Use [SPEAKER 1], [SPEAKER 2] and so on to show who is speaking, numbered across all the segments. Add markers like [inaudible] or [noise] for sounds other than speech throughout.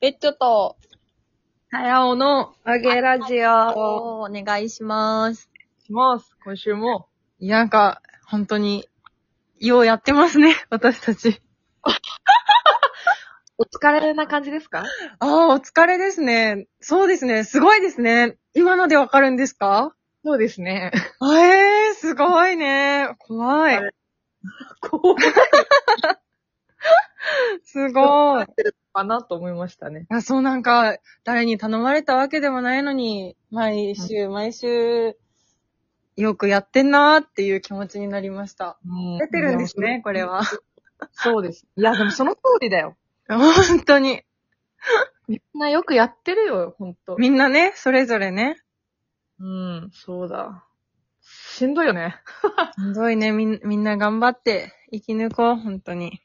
[SPEAKER 1] えっちょっと、
[SPEAKER 2] はやおの、あげラジオ。
[SPEAKER 1] お願いします。
[SPEAKER 2] します。今週も。いや、なんか、本当に、ようやってますね、 [laughs] 私たち。
[SPEAKER 1] お疲れな感じですか
[SPEAKER 2] ああ、お疲れですね。そうですね、すごいですね。今のでわかるんですか
[SPEAKER 1] そうですね。
[SPEAKER 2] あえー、すごいね。怖い [laughs]
[SPEAKER 1] あ。こうなっ
[SPEAKER 2] すごい。
[SPEAKER 1] てるのかなと思いましたね。
[SPEAKER 2] あ、そうなんか、誰に頼まれたわけでもないのに、毎週、毎週、よくやってんなーっていう気持ちになりました。
[SPEAKER 1] 出
[SPEAKER 2] 出てるんですね、これ。は。
[SPEAKER 1] そうです。いや、でもその通りだよ。
[SPEAKER 2] 本当に。
[SPEAKER 1] みんなよくやってるよ、ほんと。
[SPEAKER 2] みんなね、それぞれね。
[SPEAKER 1] うん、そうだ。しんどいよね。
[SPEAKER 2] すごいね、みん、みんな頑張って生き抜こう、本当に。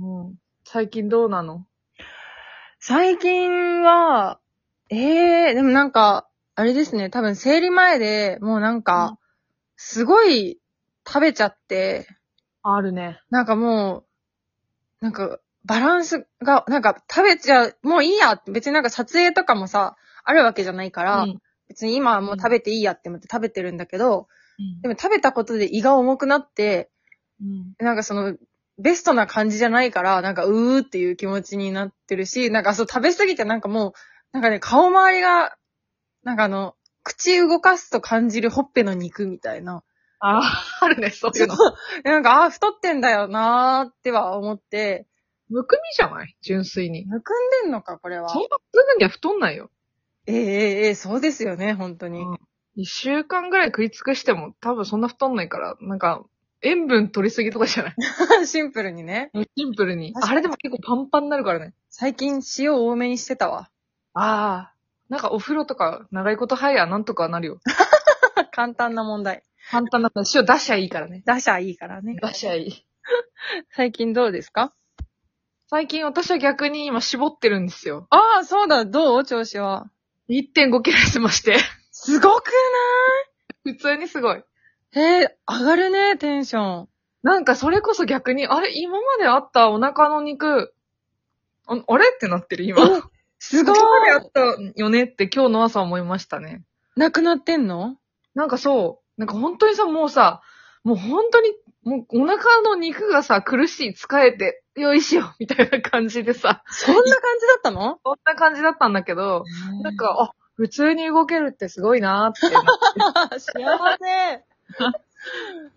[SPEAKER 1] うん。最近どうなの
[SPEAKER 2] 最近は、ええでもなんか、あれですね、多分生理前でもうなん
[SPEAKER 1] うん
[SPEAKER 2] か、すごい食べちゃって、
[SPEAKER 1] あるね。
[SPEAKER 2] なんかもう、なんか、バランスが、なんか食べちゃう、もういいやって、別になんか撮影とかもさ、あるわけじゃないから、
[SPEAKER 1] うん
[SPEAKER 2] 別に今はもう食べていいやって思って食べてるんだけど、でも食べたことで胃が重くなって、
[SPEAKER 1] うん。
[SPEAKER 2] なんかその、ベストな感じじゃないから、なんかうーっていう気持ちになってるし、なんかそう食べ過ぎてなんかもう、なんかね、顔周りが、なんかあの、口動かすと感じるほっぺの肉みたいな。
[SPEAKER 1] あー、あるね、そういうの。
[SPEAKER 2] [laughs] なんか、ああ、太ってんだよなーっては思って、
[SPEAKER 1] むくみじゃない純粋に。
[SPEAKER 2] むくんでんのか、これは
[SPEAKER 1] そん。なすぐには太んないよ。
[SPEAKER 2] ええええええそうですよね、本当に。
[SPEAKER 1] うん一週間ぐらい食い尽くしても多分そんな太んないから、なんか、塩分取りすぎとかじゃない
[SPEAKER 2] [laughs] シンプルにね。
[SPEAKER 1] シンプルに。
[SPEAKER 2] 確か
[SPEAKER 1] あ
[SPEAKER 2] に
[SPEAKER 1] れでも結構パンパンになるからね。
[SPEAKER 2] 最近塩多めにしてたわ。 [laughs]
[SPEAKER 1] ああ。なんかお風呂とか長いこと入りゃなんとかなるよ。
[SPEAKER 2] 簡単な問題。
[SPEAKER 1] 簡単な話塩出しちゃいいからね。
[SPEAKER 2] 出しゃいいからね。
[SPEAKER 1] 出しゃいい。
[SPEAKER 2] 最近どうですか
[SPEAKER 1] 最近私は逆に今絞ってるんですよ。
[SPEAKER 2] ああ、そうだ、どう調子は。
[SPEAKER 1] 1.5キロ痩せまして。 [laughs]
[SPEAKER 2] すごくない
[SPEAKER 1] 普通にすごい。
[SPEAKER 2] へえ、上がるね、テンショ [laughs] ン。
[SPEAKER 1] なんかそれこそ逆に、あれ今まであったお腹の肉、ああれってなってる今。
[SPEAKER 2] すご
[SPEAKER 1] 今
[SPEAKER 2] い
[SPEAKER 1] まであったよねって今日の朝思いましたね。
[SPEAKER 2] なくなってんの
[SPEAKER 1] なんかそう、なんか本当にさ、もうさ、もう本当に、もうお腹の肉がさ、苦しい、疲れて、よいしょ、みたいな感じでさ、
[SPEAKER 2] そんな感じだったの
[SPEAKER 1] そんな感じだったんだけど、なん、
[SPEAKER 2] [laughs]
[SPEAKER 1] か、あ、普通に動けるってすごいなーってなって。
[SPEAKER 2] 幸せ。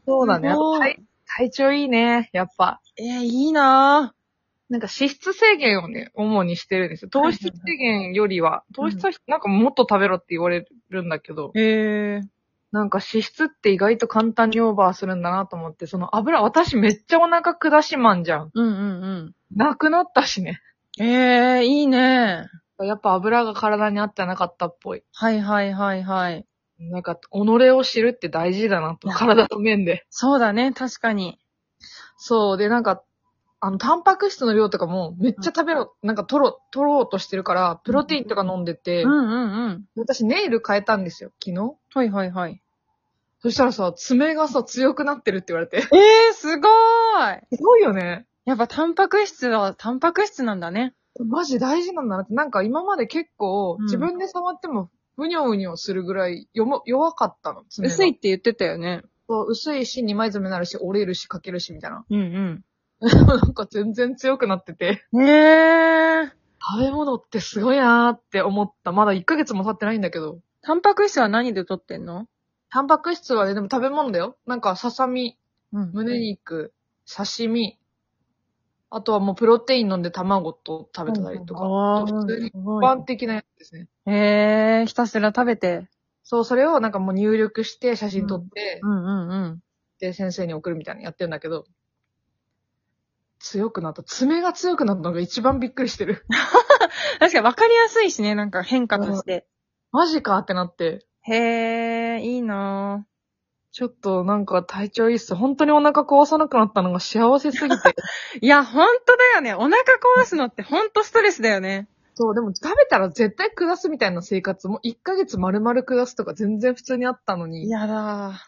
[SPEAKER 1] そうだね。
[SPEAKER 2] す
[SPEAKER 1] やっ
[SPEAKER 2] ごい
[SPEAKER 1] ぱ体体調いいね、やっぱ。
[SPEAKER 2] えー、いいな
[SPEAKER 1] なんか脂質制限をね、主にしてるんですよ。糖質制限よりは、
[SPEAKER 2] はいは
[SPEAKER 1] 糖
[SPEAKER 2] い
[SPEAKER 1] 質はなんかもっと食べろって言われるんだけど、
[SPEAKER 2] へえ。
[SPEAKER 1] なんか脂質って意外と簡単にオーバーするんだなと思って、その油、私めっちゃお腹下しマンじゃん。
[SPEAKER 2] うんうん
[SPEAKER 1] なくなったしね。
[SPEAKER 2] うん。ええ、いいね。
[SPEAKER 1] やっぱ油が体に合ってなかったっぽい。
[SPEAKER 2] はいはいはいはい。
[SPEAKER 1] なんか、己を知るって大事だな [laughs] と。
[SPEAKER 2] いや
[SPEAKER 1] 体の面で。
[SPEAKER 2] そうだね、確かに。
[SPEAKER 1] そう。で、なんか、あの、タンパク質の量とかもめっちゃ食べろ、なんか取ろう、取ろうとしてるから、プロテインとか飲んでて、
[SPEAKER 2] うんうんうん。
[SPEAKER 1] 私ネイル変えたんですよ、昨日。
[SPEAKER 2] はいはいはい。
[SPEAKER 1] そしたらさ、爪がさ、強くなってるって言われて。
[SPEAKER 2] ええ、すごーい。
[SPEAKER 1] すごいよね。
[SPEAKER 2] やっぱタンパク質はタンパク質なんだね。
[SPEAKER 1] マジ大事なんだなって。なんか今まで結構、
[SPEAKER 2] うん
[SPEAKER 1] 自分で触っても、うにょうにょするぐらい、よも、弱かったの、爪が。
[SPEAKER 2] 薄いって言ってたよね。
[SPEAKER 1] そう。薄いし、二枚爪になるし、折れるし、かけるし、みたいな。
[SPEAKER 2] うん
[SPEAKER 1] なんか全然強くなってて、
[SPEAKER 2] うん。ええ。
[SPEAKER 1] 食べ物ってすごいなーって思った。まだ1ヶ月も経ってないんだけど。
[SPEAKER 2] タンパク質は何で取ってんの
[SPEAKER 1] タンパク質はね、でも食べ物だよ。なんか、ささみ、
[SPEAKER 2] うん
[SPEAKER 1] 胸肉、刺身、あとはもうプロテイン飲んで卵と食べたりとか、
[SPEAKER 2] ああ、
[SPEAKER 1] 普通に
[SPEAKER 2] すご
[SPEAKER 1] 一
[SPEAKER 2] い
[SPEAKER 1] 般的なやつですね。
[SPEAKER 2] へえ、ひたすら食べて。
[SPEAKER 1] そう、それをなんかもう入力して写真撮って、
[SPEAKER 2] うんうんうん。
[SPEAKER 1] で、先生に送るみたいなのやってるんだけど、強くなった。爪が強くなったのが一番びっくりしてる。
[SPEAKER 2] 確かに分かりやすいしね、なんか変化として。
[SPEAKER 1] マジかってなって。
[SPEAKER 2] へえ、いいなぁ
[SPEAKER 1] ちょっとなんか体調いいっす。本当にお腹壊さなくなったのが幸せすぎ [laughs] て。
[SPEAKER 2] いや、ほんとだよね。お腹壊すのってほんとストレスだよね。
[SPEAKER 1] そう、でも食べたら絶対下すみたいな生活も1ヶ月丸々下すとか全然普通にあったのに、
[SPEAKER 2] やだ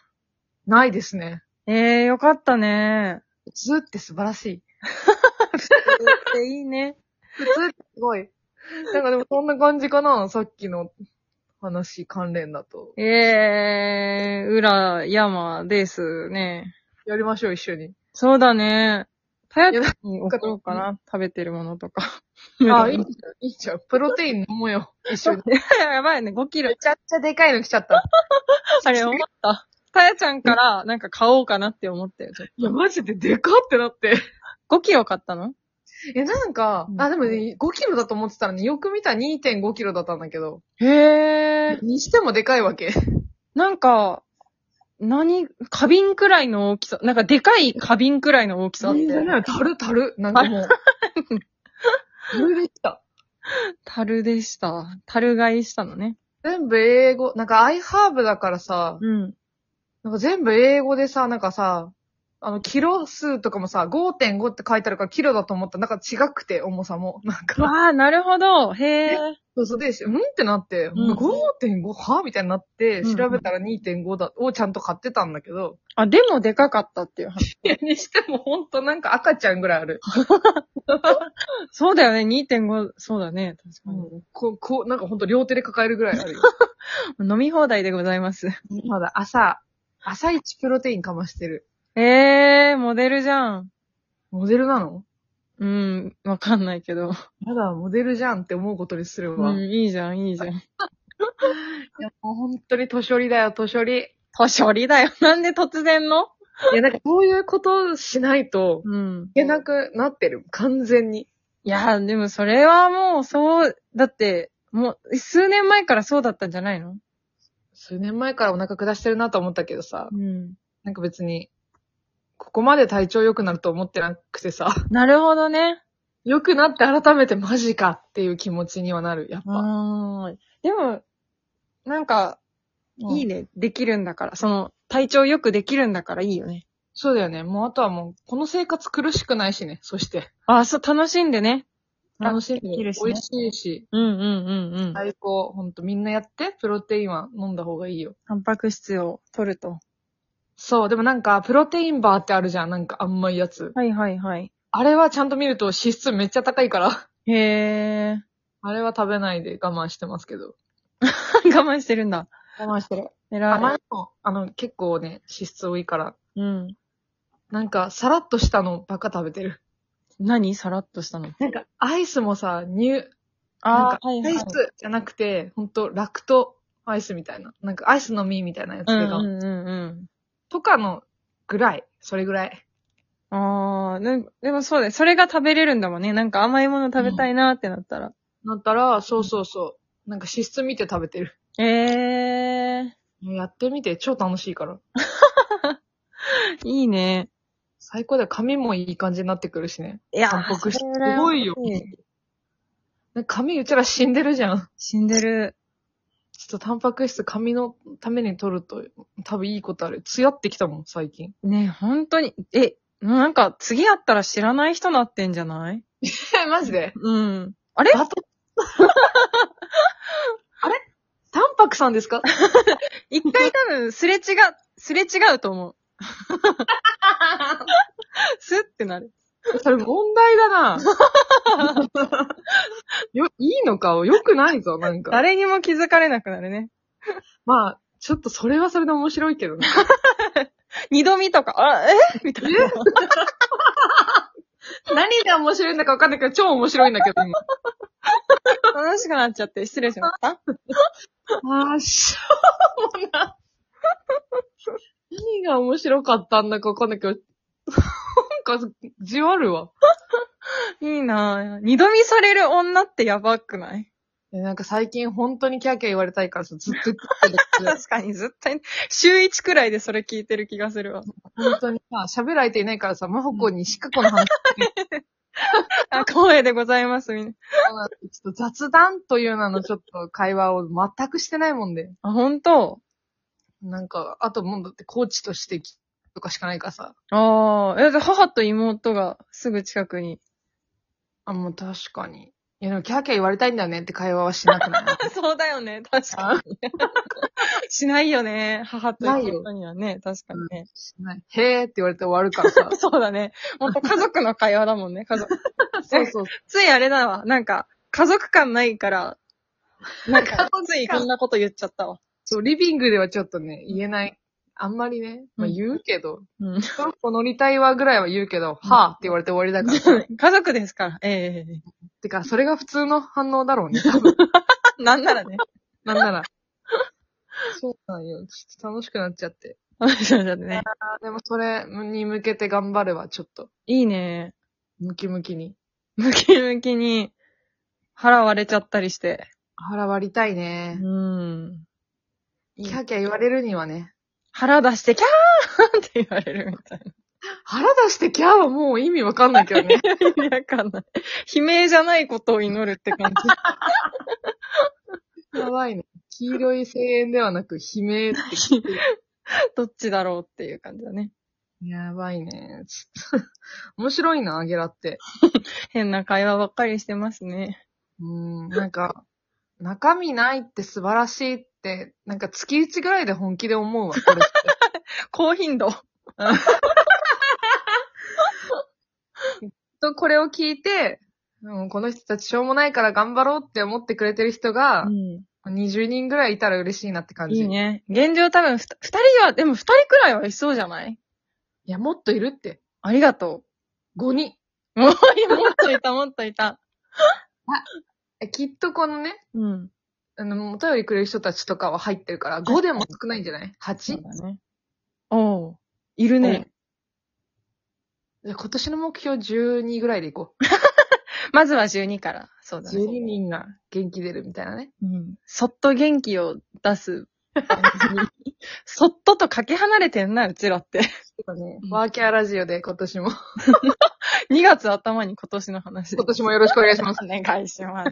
[SPEAKER 1] ないですね。
[SPEAKER 2] ー。ええ、よかったね。
[SPEAKER 1] 普通って素晴らしい。
[SPEAKER 2] [laughs] いいね。
[SPEAKER 1] 普通ってすごい。なんかでもそんな感じかな、さっきの話関連だと。
[SPEAKER 2] えー、裏山ですね。
[SPEAKER 1] やりましょう、一緒に。
[SPEAKER 2] そうだね。た
[SPEAKER 1] いや
[SPEAKER 2] やたに送ろうかな。食べてるものとか。 [laughs]
[SPEAKER 1] あ、いいじゃん、いいじゃん。プロテイン飲もうよ、一緒に。 [laughs]
[SPEAKER 2] やばいね、5キロ
[SPEAKER 1] め。ちゃくちゃでかいの来ちゃ [laughs] った。
[SPEAKER 2] あれ、思った。たやちゃんから、なんか買おうかなって思ったよ。ちょっ
[SPEAKER 1] いや、マジででかってなって。
[SPEAKER 2] と5キロ買ったの
[SPEAKER 1] いや、なんか
[SPEAKER 2] う、ん
[SPEAKER 1] あ、でもね、5キロだと思ってたのに、よく見たら2.5キロだったんだけど。
[SPEAKER 2] へー。
[SPEAKER 1] にしてもでかいわけ。
[SPEAKER 2] なんか、何、花瓶くらいの大きさ。なんかでかい花瓶くらいの大きさあって。
[SPEAKER 1] たるたる。なんかもう。たるできた。
[SPEAKER 2] 樽でした。樽買いしたのね。
[SPEAKER 1] [laughs] 全部英語、なんかアイハーブだからさ、
[SPEAKER 2] うん。
[SPEAKER 1] なんか全部英語でさ、なんかさ、あの、キロ数とかもさ、5.5って書いてあるからキロだと思ったら、なんか違くて、重さも。なんか、
[SPEAKER 2] わあ、なるほど。へえ。
[SPEAKER 1] そうそうで、うんってなって、
[SPEAKER 2] ん
[SPEAKER 1] 5.5はみたいになって、
[SPEAKER 2] うん
[SPEAKER 1] 調べたら2.5だ、をちゃんと買ってたんだけど、
[SPEAKER 2] あ、でもでかかったっていう話。
[SPEAKER 1] いや、にしてもほんとなんか赤ちゃんぐらいある。
[SPEAKER 2] そうだよね。2.5、そうだね。確かに。
[SPEAKER 1] うんこう、こう、なんかほんと両手で抱えるぐらいあるよ。
[SPEAKER 2] 飲み放題でござい [laughs] ます。
[SPEAKER 1] [laughs] まだ朝、朝一プロテインかましてる。
[SPEAKER 2] ええー、モデルじゃん。
[SPEAKER 1] モデルなの
[SPEAKER 2] うん、わかんないけど。
[SPEAKER 1] まだモデルじゃんって思うことにするわ。
[SPEAKER 2] うん、
[SPEAKER 1] い
[SPEAKER 2] いいじゃん、いいじゃん。
[SPEAKER 1] や、もう本当に年寄りだよ、年寄り。い
[SPEAKER 2] [laughs] 年寄りだよ。なんで突然の
[SPEAKER 1] や、なんかそういうことしないと、
[SPEAKER 2] うん。
[SPEAKER 1] いけなくなってる。完全に。
[SPEAKER 2] いや、でもそれはもう、そう、だって、もう、数年前からそうだったんじゃないの
[SPEAKER 1] 数年前からお腹下してるなと思ったけどさ、
[SPEAKER 2] うん。
[SPEAKER 1] なんか別に、ここまで体調良くなると思ってなくてさ、
[SPEAKER 2] なるほどね。
[SPEAKER 1] 良くなって改めてマジかっていう気持ちにはなる、やっぱ。
[SPEAKER 2] あーでも、なんか、いい
[SPEAKER 1] ね。
[SPEAKER 2] ね。できるんだから。その、体調よくできるんだからいいよね。
[SPEAKER 1] そうだよね。もうあとはもう、この生活苦しくないしね、そして。
[SPEAKER 2] ああ、そう、楽しんでね。あ
[SPEAKER 1] 楽しんで、
[SPEAKER 2] でき
[SPEAKER 1] 美
[SPEAKER 2] る
[SPEAKER 1] 味
[SPEAKER 2] しね
[SPEAKER 1] しいし、
[SPEAKER 2] うんうんうんうん。
[SPEAKER 1] 最高。ほんと、みんなやって、プロテインは飲んだ方がいいよ。
[SPEAKER 2] タンパク質を取ると。
[SPEAKER 1] そう、でもなんか、プロテインバーってあるじゃん、なんか甘いやつ。
[SPEAKER 2] はいはいはい。
[SPEAKER 1] あれはちゃんと見ると脂質めっちゃ高いから、 [laughs]
[SPEAKER 2] へえ。
[SPEAKER 1] あれは食べないで我慢してますけど。
[SPEAKER 2] [laughs] 我慢してるんだ。
[SPEAKER 1] 我慢してる。甘
[SPEAKER 2] 偉
[SPEAKER 1] いの、あの、結構ね、脂質多いから。
[SPEAKER 2] い。うん。
[SPEAKER 1] なんか、さらっとしたのばっか食べてる。
[SPEAKER 2] 何さらっとしたの
[SPEAKER 1] なんか、アイスもさ、乳、なん
[SPEAKER 2] あ
[SPEAKER 1] か
[SPEAKER 2] あ、はい
[SPEAKER 1] ア
[SPEAKER 2] はい
[SPEAKER 1] イ。スじゃなくて、ほんと、ラクトアイスみたいな。なんか、アイスの実みたいなやつ
[SPEAKER 2] うん
[SPEAKER 1] で
[SPEAKER 2] う
[SPEAKER 1] が、
[SPEAKER 2] んうん
[SPEAKER 1] とかのぐらい。それぐらい。
[SPEAKER 2] うん。ああ、ででもそうだよ。それが食べれるんだもんね。なんか甘いもの食べたいなってなったら。
[SPEAKER 1] なったら、そうそうそう。なんか、脂質見て食べてる。
[SPEAKER 2] ええ
[SPEAKER 1] やってみて、超楽しいから。
[SPEAKER 2] ー、いいね。
[SPEAKER 1] 最高だよ。髪もいい感じになってくるしね。
[SPEAKER 2] いや
[SPEAKER 1] タンパク質
[SPEAKER 2] それは
[SPEAKER 1] すごいよ
[SPEAKER 2] 欲し
[SPEAKER 1] なんか髪うちら死んでるじゃん。
[SPEAKER 2] 死んでる。
[SPEAKER 1] ちょっとタンパク質髪のために取ると多分いいことある。艶ってきたもん、最
[SPEAKER 2] [laughs]
[SPEAKER 1] 近。
[SPEAKER 2] ねえ本当に。え、なんか次会ったら知らない人なってんじゃない
[SPEAKER 1] え、マジで
[SPEAKER 2] うん。あれ
[SPEAKER 1] あと、 [laughs] あれタンパクさんですか
[SPEAKER 2] 一回多分すれ違う、すれ違うと思う。スッってなる。
[SPEAKER 1] それ問題だな。 [laughs] よ、いいのかよくないぞ、なんか。
[SPEAKER 2] 誰にも気づかれなくなるね。
[SPEAKER 1] まあ、ちょっとそれはそれで面白いけどね。
[SPEAKER 2] 二度見とか、あ、えみたいな。
[SPEAKER 1] [laughs] 何が面白いんだかわかんないけど、超面白いんだけど、今。
[SPEAKER 2] 楽しくなっちゃって失礼しました。
[SPEAKER 1] あー、しょうもな。何が面白かったんだかわかんないけど、なんか、じわるわ。
[SPEAKER 2] いいなぁ。二度見される女ってやばくない
[SPEAKER 1] えなんか最近本当にキャーキャー言われたいからさ、ずっと言ってる。
[SPEAKER 2] 確かにずっと、週一くらいでそれ聞いてる気がするわ。
[SPEAKER 1] 本当にさ、喋る相手いないからさ、マホコにシカコの話
[SPEAKER 2] あ、光栄でございます、みんな。
[SPEAKER 1] ちょっと雑談という名のちょっと会話を全くしてないもんで。
[SPEAKER 2] あ、本当
[SPEAKER 1] なんか、あともうだってコーチとしてとかしかないからさ。
[SPEAKER 2] ああ、え、で母と妹がすぐ近くに。
[SPEAKER 1] あ、もう確かに。いや、でもキャーキャー言われたいんだよねって会話はしなくなる。
[SPEAKER 2] [laughs] そうだよね、確かに。 [laughs] しないよね、母と妹にはね、確かにね。。
[SPEAKER 1] しないへーって言われて終わるからさ
[SPEAKER 2] [laughs] そうだね。もっと家族の会話だもんね、家族。
[SPEAKER 1] そうそう。
[SPEAKER 2] ついあれだわ、なんか、家族感ないから、なんか、ついこんなこと言っちゃ [laughs] ったわ。
[SPEAKER 1] そう、リビングではちょっとね、言えない。あんまりね、まあ
[SPEAKER 2] うん
[SPEAKER 1] 言うけど、
[SPEAKER 2] うん。
[SPEAKER 1] トロッコ乗りたいわぐらいは言うけど、はぁって言われて終わりだ
[SPEAKER 2] [laughs]
[SPEAKER 1] から。
[SPEAKER 2] 家族ですから。ええ
[SPEAKER 1] てか、それが普通の反応だろうね。多分
[SPEAKER 2] [laughs] なんならね。
[SPEAKER 1] なんなら。 [laughs] そうなんよ。ちょっと楽しくなっちゃって。
[SPEAKER 2] そうだね。
[SPEAKER 1] あーでもそれに向けて頑張るわ、ちょっと。
[SPEAKER 2] いいね。
[SPEAKER 1] ムキムキに。
[SPEAKER 2] ムキムキに腹割れちゃったりして。
[SPEAKER 1] 腹割りたいうね。
[SPEAKER 2] ん。
[SPEAKER 1] キャーキャー言われるにはね。
[SPEAKER 2] 腹出してキャーって言われるみたい
[SPEAKER 1] 腹出してキャーはもう意味わかんないけどね。
[SPEAKER 2] な。意 [laughs] 味わかんない。悲鳴じゃないことを祈るって感 [laughs]
[SPEAKER 1] [laughs]
[SPEAKER 2] じ。
[SPEAKER 1] やばいね。黄色い声援ではなく悲鳴って。
[SPEAKER 2] どっちだろうっていう感じだね。
[SPEAKER 1] やばいね。ちょっと面白いな、アゲラって。
[SPEAKER 2] 変な会話ばっかりしてますね。
[SPEAKER 1] うん、なんか、中身ないって素晴らしいって、なんか月一ぐらいで本気で思うわ、これ。
[SPEAKER 2] 高頻度。
[SPEAKER 1] と、これを聞いて、もうこの人たちしょうもないから頑張ろうって思ってくれてる人が、20人ぐらいいたら嬉しいなって感じ。
[SPEAKER 2] いいね。現状多分ふた二人は、でも二人くらいはいそうじゃない
[SPEAKER 1] いや、もっといるって。
[SPEAKER 2] ありがと
[SPEAKER 1] 5人。
[SPEAKER 2] う。もう、もっといた、もっといた。
[SPEAKER 1] えきっとこのね、
[SPEAKER 2] うん。
[SPEAKER 1] あの、お便りくれる人たちとかは入ってるから、5でも少ないんじゃない ?8?
[SPEAKER 2] そうだね。おう。いるね。
[SPEAKER 1] じゃあ今年の目標12ぐらいでいこう。
[SPEAKER 2] まずは12から。そうだね。
[SPEAKER 1] 12人が元気出るみたい [laughs] なね。
[SPEAKER 2] うんそっと元気を出す感じに。そっととかけ離れてんな、うちらって。 [laughs]
[SPEAKER 1] そうだね
[SPEAKER 2] うん
[SPEAKER 1] ワーキャーラジオで今年も、
[SPEAKER 2] 2月頭に今年の話。
[SPEAKER 1] 今年もよろしくお願いします。
[SPEAKER 2] お願いします。